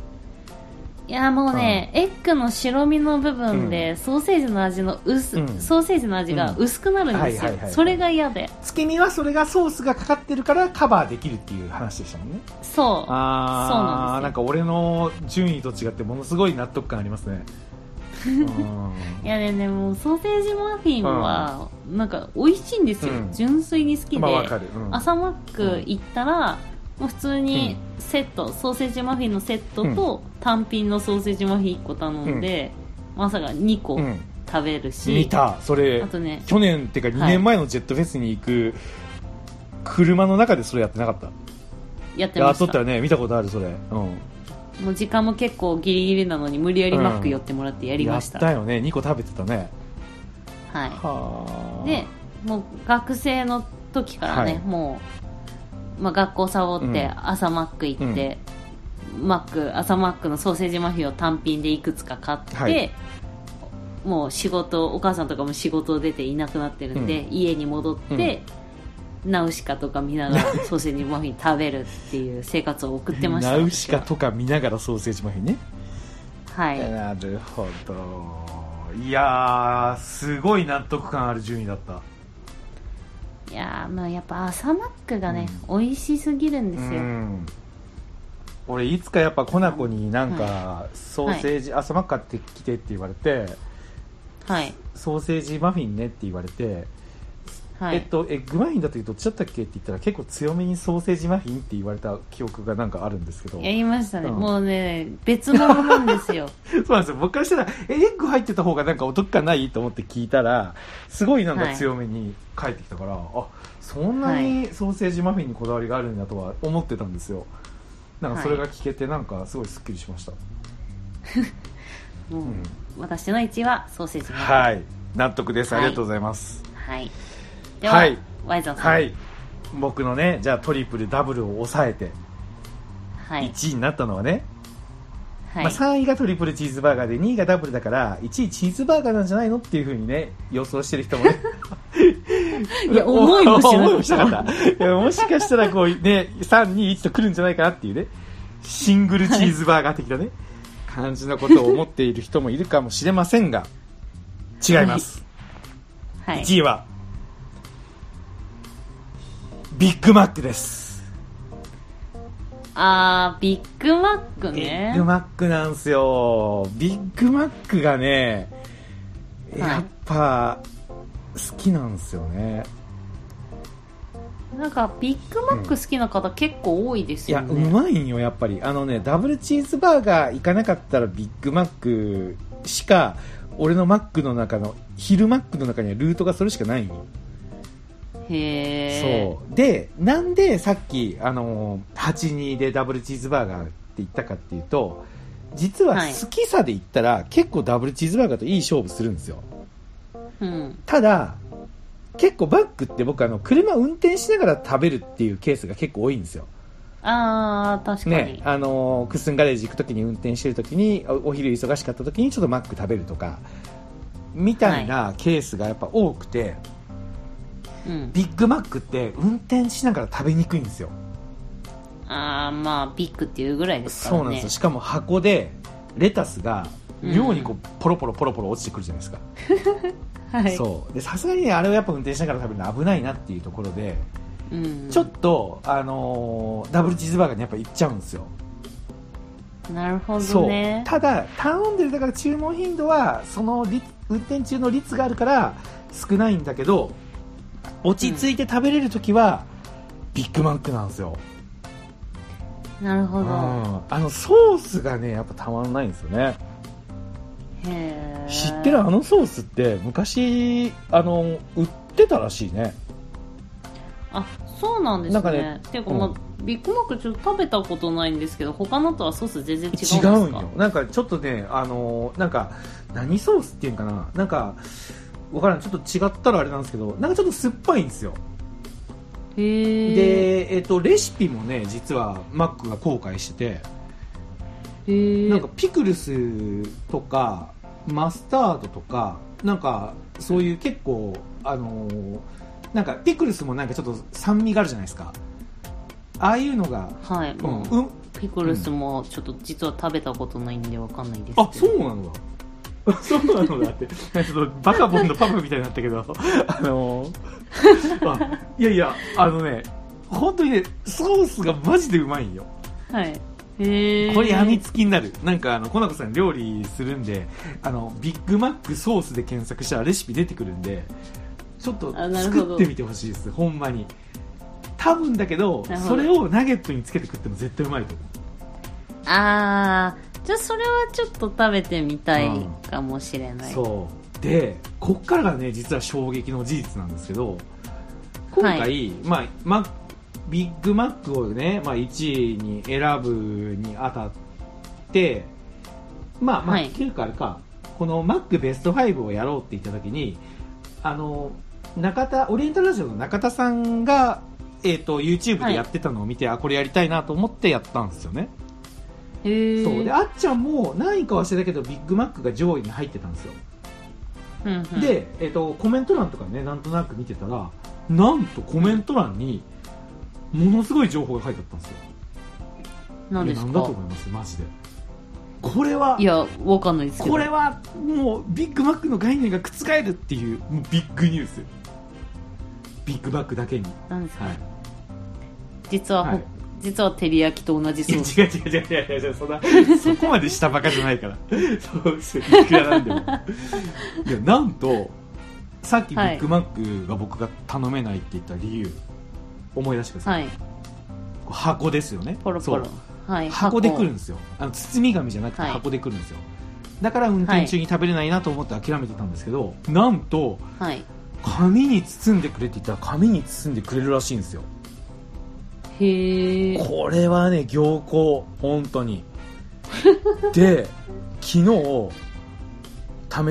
[SPEAKER 2] いやもうね、エッグの白身の部分で、ソーセージの味の薄、
[SPEAKER 1] うん
[SPEAKER 2] ソーセージの味が薄くなるんですよ、
[SPEAKER 1] うんはいはいはい
[SPEAKER 2] それが嫌で
[SPEAKER 1] つけ身はそれがソースがかかってるからカバーできるっていう話でしたもんね
[SPEAKER 2] そう
[SPEAKER 1] あー
[SPEAKER 2] そうなんですよ
[SPEAKER 1] なんか俺の順位と違ってものすごい納得感あります <laughs> ねうん
[SPEAKER 2] いやねねもうソーセージマフィンはなんか美味しいんですよ、
[SPEAKER 1] うん
[SPEAKER 2] 純粋に好きで、
[SPEAKER 1] まあわかる、うん
[SPEAKER 2] 朝マック行ったら、もう普通にセット、ソーセージマフィンのセットと単品のソーセージマフィン1個頼んで、まさか2個
[SPEAKER 1] うん
[SPEAKER 2] 食べるし、
[SPEAKER 1] 見たそれ
[SPEAKER 2] あとね
[SPEAKER 1] 去年っていうか2
[SPEAKER 2] はい
[SPEAKER 1] 年前のジェットフェスに行く車の中でそれやってなかった
[SPEAKER 2] やって
[SPEAKER 1] や
[SPEAKER 2] ま
[SPEAKER 1] っと
[SPEAKER 2] し
[SPEAKER 1] った
[SPEAKER 2] た
[SPEAKER 1] よね見たことあるそれ、うん、
[SPEAKER 2] もう時間も結構ギリギリなのに無理やりマック寄ってもらってやりました、
[SPEAKER 1] やったよね2個食べてたね
[SPEAKER 2] はい
[SPEAKER 1] はあ
[SPEAKER 2] でもう学生の時からね、
[SPEAKER 1] はい
[SPEAKER 2] もう、まあ、学校サボっ
[SPEAKER 1] う
[SPEAKER 2] て
[SPEAKER 1] ん
[SPEAKER 2] 朝マック行って、マック朝マックのソーセージマフィンを単品でいくつか買って、
[SPEAKER 1] はい
[SPEAKER 2] もう仕事お母さんとかも仕事出ていなくなってるんで、家に戻って、ナウシカとか
[SPEAKER 1] <laughs>
[SPEAKER 2] 見ながらソーセージマフィン食べるっていう生活を送ってました
[SPEAKER 1] ナウシカとか見ながらソーセージマフィンね
[SPEAKER 2] はい
[SPEAKER 1] なるほどいやーすごい納得感ある順位だった
[SPEAKER 2] いやーまあやっぱ朝マックがね、美味しすぎるんですよ、
[SPEAKER 1] ん俺いつかやっぱコナコになんかソーセージ朝マック買ってきてって言われて
[SPEAKER 2] はい
[SPEAKER 1] ソーセージマフィンねって言われて
[SPEAKER 2] はい、
[SPEAKER 1] えっとエッグマフィンだ時どっちだったっけって言ったら結構強めにソーセージマフィンって言われた記憶がなんかあるんですけど
[SPEAKER 2] やりましたね、
[SPEAKER 1] うん
[SPEAKER 2] もうね別物なんです
[SPEAKER 1] <laughs>
[SPEAKER 2] よ
[SPEAKER 1] そうなんですよ。僕からしたら、え、エッグ入ってた方がなんかお得感ないと思って聞いたら、すごいなんか強めに返ってきたから、あ、そんなにソーセージマフィンにこだわりがあるんだとは思ってたんですよ。なんかそれが聞けて、なんかすごいスッキリしました。
[SPEAKER 2] <laughs> もう、
[SPEAKER 1] ん
[SPEAKER 2] 私の1位はソーセージマフィン、
[SPEAKER 1] はいい。納得です。
[SPEAKER 2] は
[SPEAKER 1] あ
[SPEAKER 2] い
[SPEAKER 1] りがとうございます。
[SPEAKER 2] はい、では、
[SPEAKER 1] はい
[SPEAKER 2] ワイザンさん
[SPEAKER 1] はい。僕のね、じゃあトリプル、ダブルを抑えて、
[SPEAKER 2] はい
[SPEAKER 1] 1位になったのはね、
[SPEAKER 2] はい
[SPEAKER 1] まあ、3位がトリプルチーズバーガーで2位がダブルだから1位チーズバーガーなんじゃないのっていうふうにね予想してる人もね
[SPEAKER 2] いや <laughs> 思いもしなかっ
[SPEAKER 1] <laughs>
[SPEAKER 2] た
[SPEAKER 1] 思いもしなかったいやもしかしたらこうね321と来るんじゃないかなっていうねシングルチーズバーガー的なね、感じのことを思っている人もいるかもしれませんが違います、
[SPEAKER 2] はい
[SPEAKER 1] 1位はビッグマックです
[SPEAKER 2] あービッグマック
[SPEAKER 1] ビ
[SPEAKER 2] ね
[SPEAKER 1] ッグマックなんすよビッグマックがね
[SPEAKER 2] い
[SPEAKER 1] やっぱ好きなんですよね、
[SPEAKER 2] なんかビッグマック好きな方結構多いです
[SPEAKER 1] い
[SPEAKER 2] よ
[SPEAKER 1] やう
[SPEAKER 2] ね、
[SPEAKER 1] まいんよやっぱりあのねダブルチーズバーガー行かなかったらビッグマックしか俺のマックの中の昼マックの中にはルートがそれしかないんよ
[SPEAKER 2] へえ
[SPEAKER 1] そうでなんでさっき、あのー82でダブルチーズバーガーって言ったかっていうと実は
[SPEAKER 2] はい
[SPEAKER 1] 好きさで言ったら、結構ダブルチーズバーガーといい勝負するんですよ
[SPEAKER 2] う、ん、
[SPEAKER 1] ただ結構バックって僕あの車運転しながら食べるっていうケースが結構多いんですよ
[SPEAKER 2] あー確かに、
[SPEAKER 1] ね、あのークッスンガレージ行くときに運転してるときにおお昼忙しかったときにちょっとマック食べるとかみたいなケースがやっぱ多くて、
[SPEAKER 2] うん、
[SPEAKER 1] ビッグマックって運転しながら食べにくいんですよ、
[SPEAKER 2] あーまあビッグっていうぐらいですか
[SPEAKER 1] そう
[SPEAKER 2] ら
[SPEAKER 1] なんで
[SPEAKER 2] ね
[SPEAKER 1] すよしかも箱でレタスが量にこうポロポロポロポロ落ちてくるじゃないですか、
[SPEAKER 2] はい
[SPEAKER 1] そうでさすがにねあれをやっぱ運転しながら食べるの危ないなっていうところで、
[SPEAKER 2] うん、
[SPEAKER 1] ちょっと、あのーダブルチーズバーガーにやっぱ行っちゃうんですよ
[SPEAKER 2] なるほ
[SPEAKER 1] そ
[SPEAKER 2] ど
[SPEAKER 1] う
[SPEAKER 2] ね
[SPEAKER 1] ただ頼んでるだから注文頻度はその率運転中の率があるから少ないんだけど落ち着いて食べれる時は、ビッグマックなんですよ、
[SPEAKER 2] なる
[SPEAKER 1] う
[SPEAKER 2] ほ
[SPEAKER 1] ん、
[SPEAKER 2] ど、
[SPEAKER 1] あのソースがねやっぱたまらないんですよね
[SPEAKER 2] へー
[SPEAKER 1] 知ってるあのソースって昔あの売ってたらしいね
[SPEAKER 2] あそうなんですね
[SPEAKER 1] なんかね
[SPEAKER 2] ていうか、まあビッグマックちょっと食べたことないんですけど他のとはソース全然違うんです
[SPEAKER 1] 違
[SPEAKER 2] か
[SPEAKER 1] うんよなんかちょっとねあのなんか何ソースっていうんかななんかわからんちょっと違ったらあれなんですけどなんかちょっと酸っぱいんですよ
[SPEAKER 2] へえ
[SPEAKER 1] で、えっとレシピもね実はマックが後悔して
[SPEAKER 2] へー
[SPEAKER 1] てなんかピクルスとかマスタードとかなんかそういう結構あのーなんかピクルスもなんかちょっと酸味があるじゃないですかああいうのが、
[SPEAKER 2] はい、
[SPEAKER 1] うん、
[SPEAKER 2] うん
[SPEAKER 1] うん、
[SPEAKER 2] ピクルスもちょっと実は食べたことないんでわかんないですけど
[SPEAKER 1] あ、そうなのだ。 <laughs> そうなのだって、 <laughs> なんかちょっとバカボンのパブみたいになったけど、 <laughs> あの
[SPEAKER 2] <laughs>
[SPEAKER 1] ーあ、いやいや、あのね、本当にね、ソースがマジでうまいんよ。
[SPEAKER 2] はいへえ
[SPEAKER 1] これやみつきになる。なんか、あの、コナコさん料理するんで、あの、ビッグマックソースで検索したらレシピ出てくるんで、ちょっと
[SPEAKER 2] あなるほど
[SPEAKER 1] 作ってみてほしいです、ほんまに。多分だけど
[SPEAKER 2] なるほ
[SPEAKER 1] そ
[SPEAKER 2] ど
[SPEAKER 1] れをナゲットにつけて食っても絶対うまいと思う。
[SPEAKER 2] あーじゃあそれはちょっと食べてみたいかもしれない、
[SPEAKER 1] そうでこっからがね実は衝撃の事実なんですけど今回、
[SPEAKER 2] は
[SPEAKER 1] まあ、マッビッグマックをね、まあ、1位に選ぶにあたってまあまあ、
[SPEAKER 2] はい
[SPEAKER 1] っていうかあれかこのマックベスト5をやろうって言った時にあの中田オリエンタルラジオの中田さんが、えー、と YouTube でやってたのを見て、あこれやりたいなと思ってやったんですよね、
[SPEAKER 2] へえ
[SPEAKER 1] そうであっちゃんも何位か忘れたけどビッグマックが上位に入ってたんですよ
[SPEAKER 2] うんうん
[SPEAKER 1] で、えっとコメント欄とかねなんとなく見てたらなんとコメント欄にものすごい情報が書いてあったんですよ
[SPEAKER 2] 何です
[SPEAKER 1] いや
[SPEAKER 2] か
[SPEAKER 1] だと思いますマジでこれはい
[SPEAKER 2] やわかんないですけど
[SPEAKER 1] これはもうビッグマックの概念が覆るっていうもうビッグニュースビッグマックだけに、
[SPEAKER 2] 何ですか、
[SPEAKER 1] はい
[SPEAKER 2] 実は、
[SPEAKER 1] はい
[SPEAKER 2] 実は照り焼きと同じソース
[SPEAKER 1] いや違う違う違う違う違うそんな <laughs> そこまで下バカじゃないからそうですよいくらなん <laughs> でもいやなんとさっきビ
[SPEAKER 2] はい
[SPEAKER 1] ッグマックが僕が頼めないって言った理由、思い出してください、
[SPEAKER 2] はい
[SPEAKER 1] 箱ですよね
[SPEAKER 2] ポロポロ
[SPEAKER 1] そう
[SPEAKER 2] はい
[SPEAKER 1] 箱で来るんですよあの包み紙じゃなくて
[SPEAKER 2] はい
[SPEAKER 1] 箱で来るんですよ、だから運転中に食べれないなと思って諦めてたんですけど、なんと
[SPEAKER 2] はい
[SPEAKER 1] 紙に包んでくれって言ったら紙に包んでくれるらしいんですよ
[SPEAKER 2] へえ
[SPEAKER 1] これはね行幸本当
[SPEAKER 2] <laughs>
[SPEAKER 1] にで昨日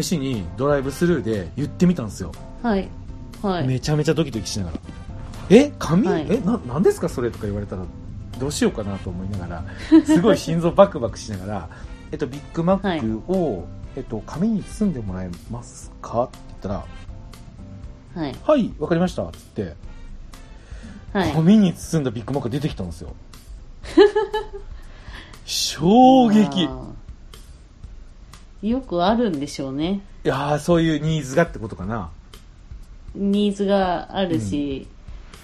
[SPEAKER 1] 試しにドライブスルーで言ってみたんですよ、
[SPEAKER 2] はいはい、
[SPEAKER 1] めちゃめちゃドキドキしながらえ紙、
[SPEAKER 2] はい
[SPEAKER 1] えななんですかそれとか言われたらどうしようかなと思いなが
[SPEAKER 2] <laughs>
[SPEAKER 1] らすごい心臓バクバクしながらえっとビッグマックを、えっと、紙に包んでもらえますかって言ったら
[SPEAKER 2] はい
[SPEAKER 1] 「はいわかりました」っつって
[SPEAKER 2] はい
[SPEAKER 1] 紙に包んだビッグマックが出てきたんですよ衝撃い
[SPEAKER 2] あーよくあるんでしょうね
[SPEAKER 1] やーそういうニーズがってことかな
[SPEAKER 2] ニーズがあるし、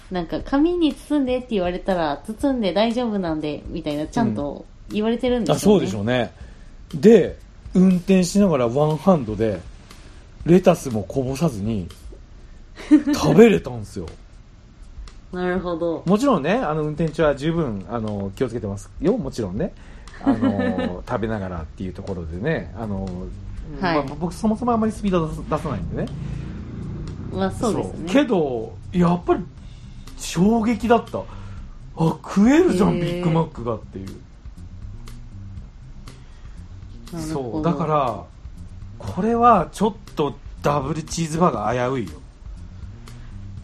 [SPEAKER 2] なんか紙に包んでって言われたら包んで大丈夫なんでみたいなちゃんと言われてるんで
[SPEAKER 1] あ
[SPEAKER 2] し
[SPEAKER 1] そうう
[SPEAKER 2] ょね、
[SPEAKER 1] でしょうねで運転しながらワンハンドでレタスもこぼさず
[SPEAKER 2] <laughs>
[SPEAKER 1] に食べれたんですよ
[SPEAKER 2] なるほど
[SPEAKER 1] もちろんねあの運転中は十分あの気をつけてますよもちろんねあの
[SPEAKER 2] <laughs>
[SPEAKER 1] 食べながらっていうところでねあの、
[SPEAKER 2] はい
[SPEAKER 1] まあ、僕そもそもあんまりスピード出さ出さないんでね
[SPEAKER 2] まあそうですね
[SPEAKER 1] そうけどやっぱり衝撃だったあ食えるじゃん
[SPEAKER 2] へ
[SPEAKER 1] ビ
[SPEAKER 2] ー
[SPEAKER 1] ッグマックがっていう
[SPEAKER 2] なるほ
[SPEAKER 1] そう
[SPEAKER 2] ど
[SPEAKER 1] だからこれはちょっとダブルチーズバーガー危ういよ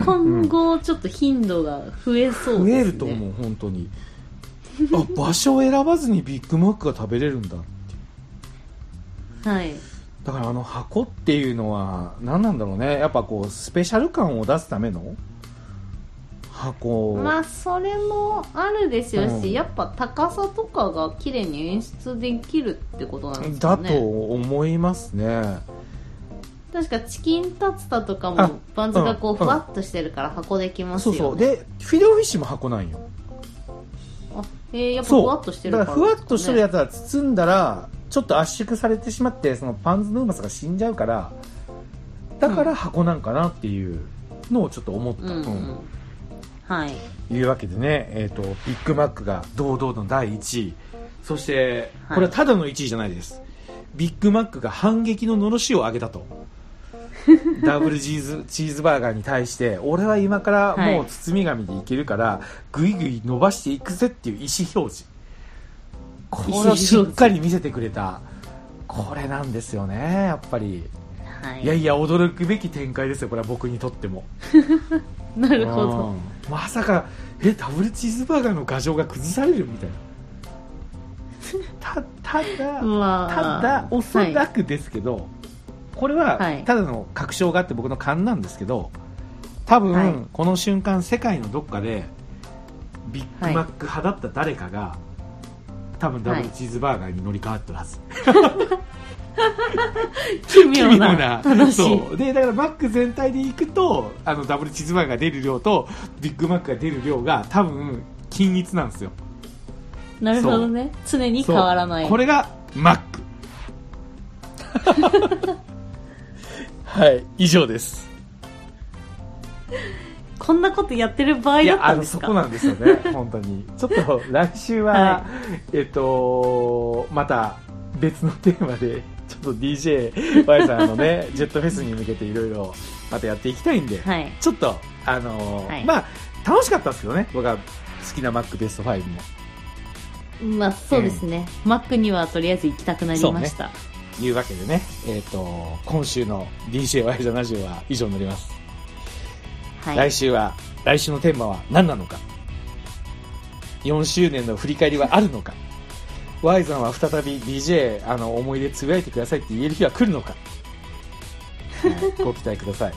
[SPEAKER 2] 今後ちょっと頻度が増えそう
[SPEAKER 1] 増
[SPEAKER 2] で
[SPEAKER 1] え
[SPEAKER 2] すね
[SPEAKER 1] ると思う本当にあ場所を選ばずにビッグマックが食べれるんだ
[SPEAKER 2] はい
[SPEAKER 1] だからあの箱っていうのは何なんだろうねやっぱこうスペシャル感を出すための箱
[SPEAKER 2] まあそれもあるですよ
[SPEAKER 1] う
[SPEAKER 2] し、
[SPEAKER 1] ん
[SPEAKER 2] やっぱ高さとかが綺麗に演出できるってことなんです
[SPEAKER 1] だ
[SPEAKER 2] か
[SPEAKER 1] と
[SPEAKER 2] ね
[SPEAKER 1] 思いますね
[SPEAKER 2] 確かチキンタツタとか
[SPEAKER 1] あ
[SPEAKER 2] もバンズがこう
[SPEAKER 1] うん
[SPEAKER 2] ふわっとしてるから箱できます
[SPEAKER 1] そ
[SPEAKER 2] よ
[SPEAKER 1] う
[SPEAKER 2] ね
[SPEAKER 1] そうでフィレオフィッシュも箱なんよ
[SPEAKER 2] あえー、やっぱ
[SPEAKER 1] そう
[SPEAKER 2] ふわっとしてる
[SPEAKER 1] だ
[SPEAKER 2] か
[SPEAKER 1] かららふわっとしてるや
[SPEAKER 2] つ
[SPEAKER 1] つは包んだらちょっと圧縮されてしまってそのパンズのうまさが死んじゃうからだから箱なんかなっていうのをちょっと思った、
[SPEAKER 2] うん、う
[SPEAKER 1] う
[SPEAKER 2] ん
[SPEAKER 1] ん
[SPEAKER 2] はい
[SPEAKER 1] いうわけでね、えー、とビッグマックが堂々の第1位そして
[SPEAKER 2] はい
[SPEAKER 1] これはただの1位じゃないです、ビッグマックが反撃ののろしを上げた <laughs> とダブルチーズチーズバーガーに対して俺は今からもう包み紙でいけるから、ぐいぐい伸ばしていくぜっていう意思表示これをしっかり見せてくれたこれなんですよねやっぱり
[SPEAKER 2] はい
[SPEAKER 1] いやいや驚くべき展開ですよこれは僕にとっても
[SPEAKER 2] なるほど
[SPEAKER 1] うんまさかえダブルチーズバーガーの牙城が崩されるみたいな
[SPEAKER 2] <laughs>
[SPEAKER 1] たただ、
[SPEAKER 2] まあ
[SPEAKER 1] ただおそら
[SPEAKER 2] はい
[SPEAKER 1] くですけど、これは
[SPEAKER 2] はい
[SPEAKER 1] ただの確証があって僕の勘なんですけど多分、
[SPEAKER 2] はい
[SPEAKER 1] この瞬間世界のどっかでビッグマック派だった誰かが、多分ダブルチーズバーガーに乗り換わってるはず、
[SPEAKER 2] 奇妙な
[SPEAKER 1] 奇妙
[SPEAKER 2] 楽しい
[SPEAKER 1] そうでだからマック全体でいくとあのダブルチーズバーガーが出る量とビッグマックが出る量が多分均一なんですよ
[SPEAKER 2] なるほどね常に
[SPEAKER 1] そう
[SPEAKER 2] 変わらない
[SPEAKER 1] これがマック <laughs> はい以上です
[SPEAKER 2] こんなことやってる場合
[SPEAKER 1] い
[SPEAKER 2] だ
[SPEAKER 1] や
[SPEAKER 2] っ
[SPEAKER 1] あ
[SPEAKER 2] たん
[SPEAKER 1] の
[SPEAKER 2] です
[SPEAKER 1] そ
[SPEAKER 2] か
[SPEAKER 1] こなんですよね本当にちょっと来週は、
[SPEAKER 2] は
[SPEAKER 1] えっとまた別のテーマでちょっと DJY さんのねジェットフェスに向けていろいろまたやっていきたいんで、
[SPEAKER 2] はい
[SPEAKER 1] ちょっとあのー
[SPEAKER 2] はい
[SPEAKER 1] まあ楽しかったですけどね僕は好きなマックベスト5も
[SPEAKER 2] まあそうですね、マックにはとりあえず行きたくなりました、
[SPEAKER 1] いうわけでねえっ、と今週の DJY ザラジオは以上になります、
[SPEAKER 2] は
[SPEAKER 1] 来
[SPEAKER 2] い
[SPEAKER 1] 週は来週のテーマは何なのか4周年の振り返りはあるのか Y さんは再び DJ あの思い出つぶやいてくださいって言える日は来るのか、はいご期待くださ
[SPEAKER 2] <laughs>
[SPEAKER 1] い、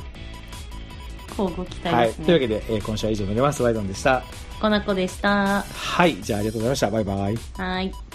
[SPEAKER 2] 乞うご期
[SPEAKER 1] は
[SPEAKER 2] 待
[SPEAKER 1] い、
[SPEAKER 2] です
[SPEAKER 1] というわ
[SPEAKER 2] ね
[SPEAKER 1] けで、えー今週は以上になります Y さんでした
[SPEAKER 2] コナコでした
[SPEAKER 1] はいじゃあありがとうございましたバイバイ
[SPEAKER 2] はい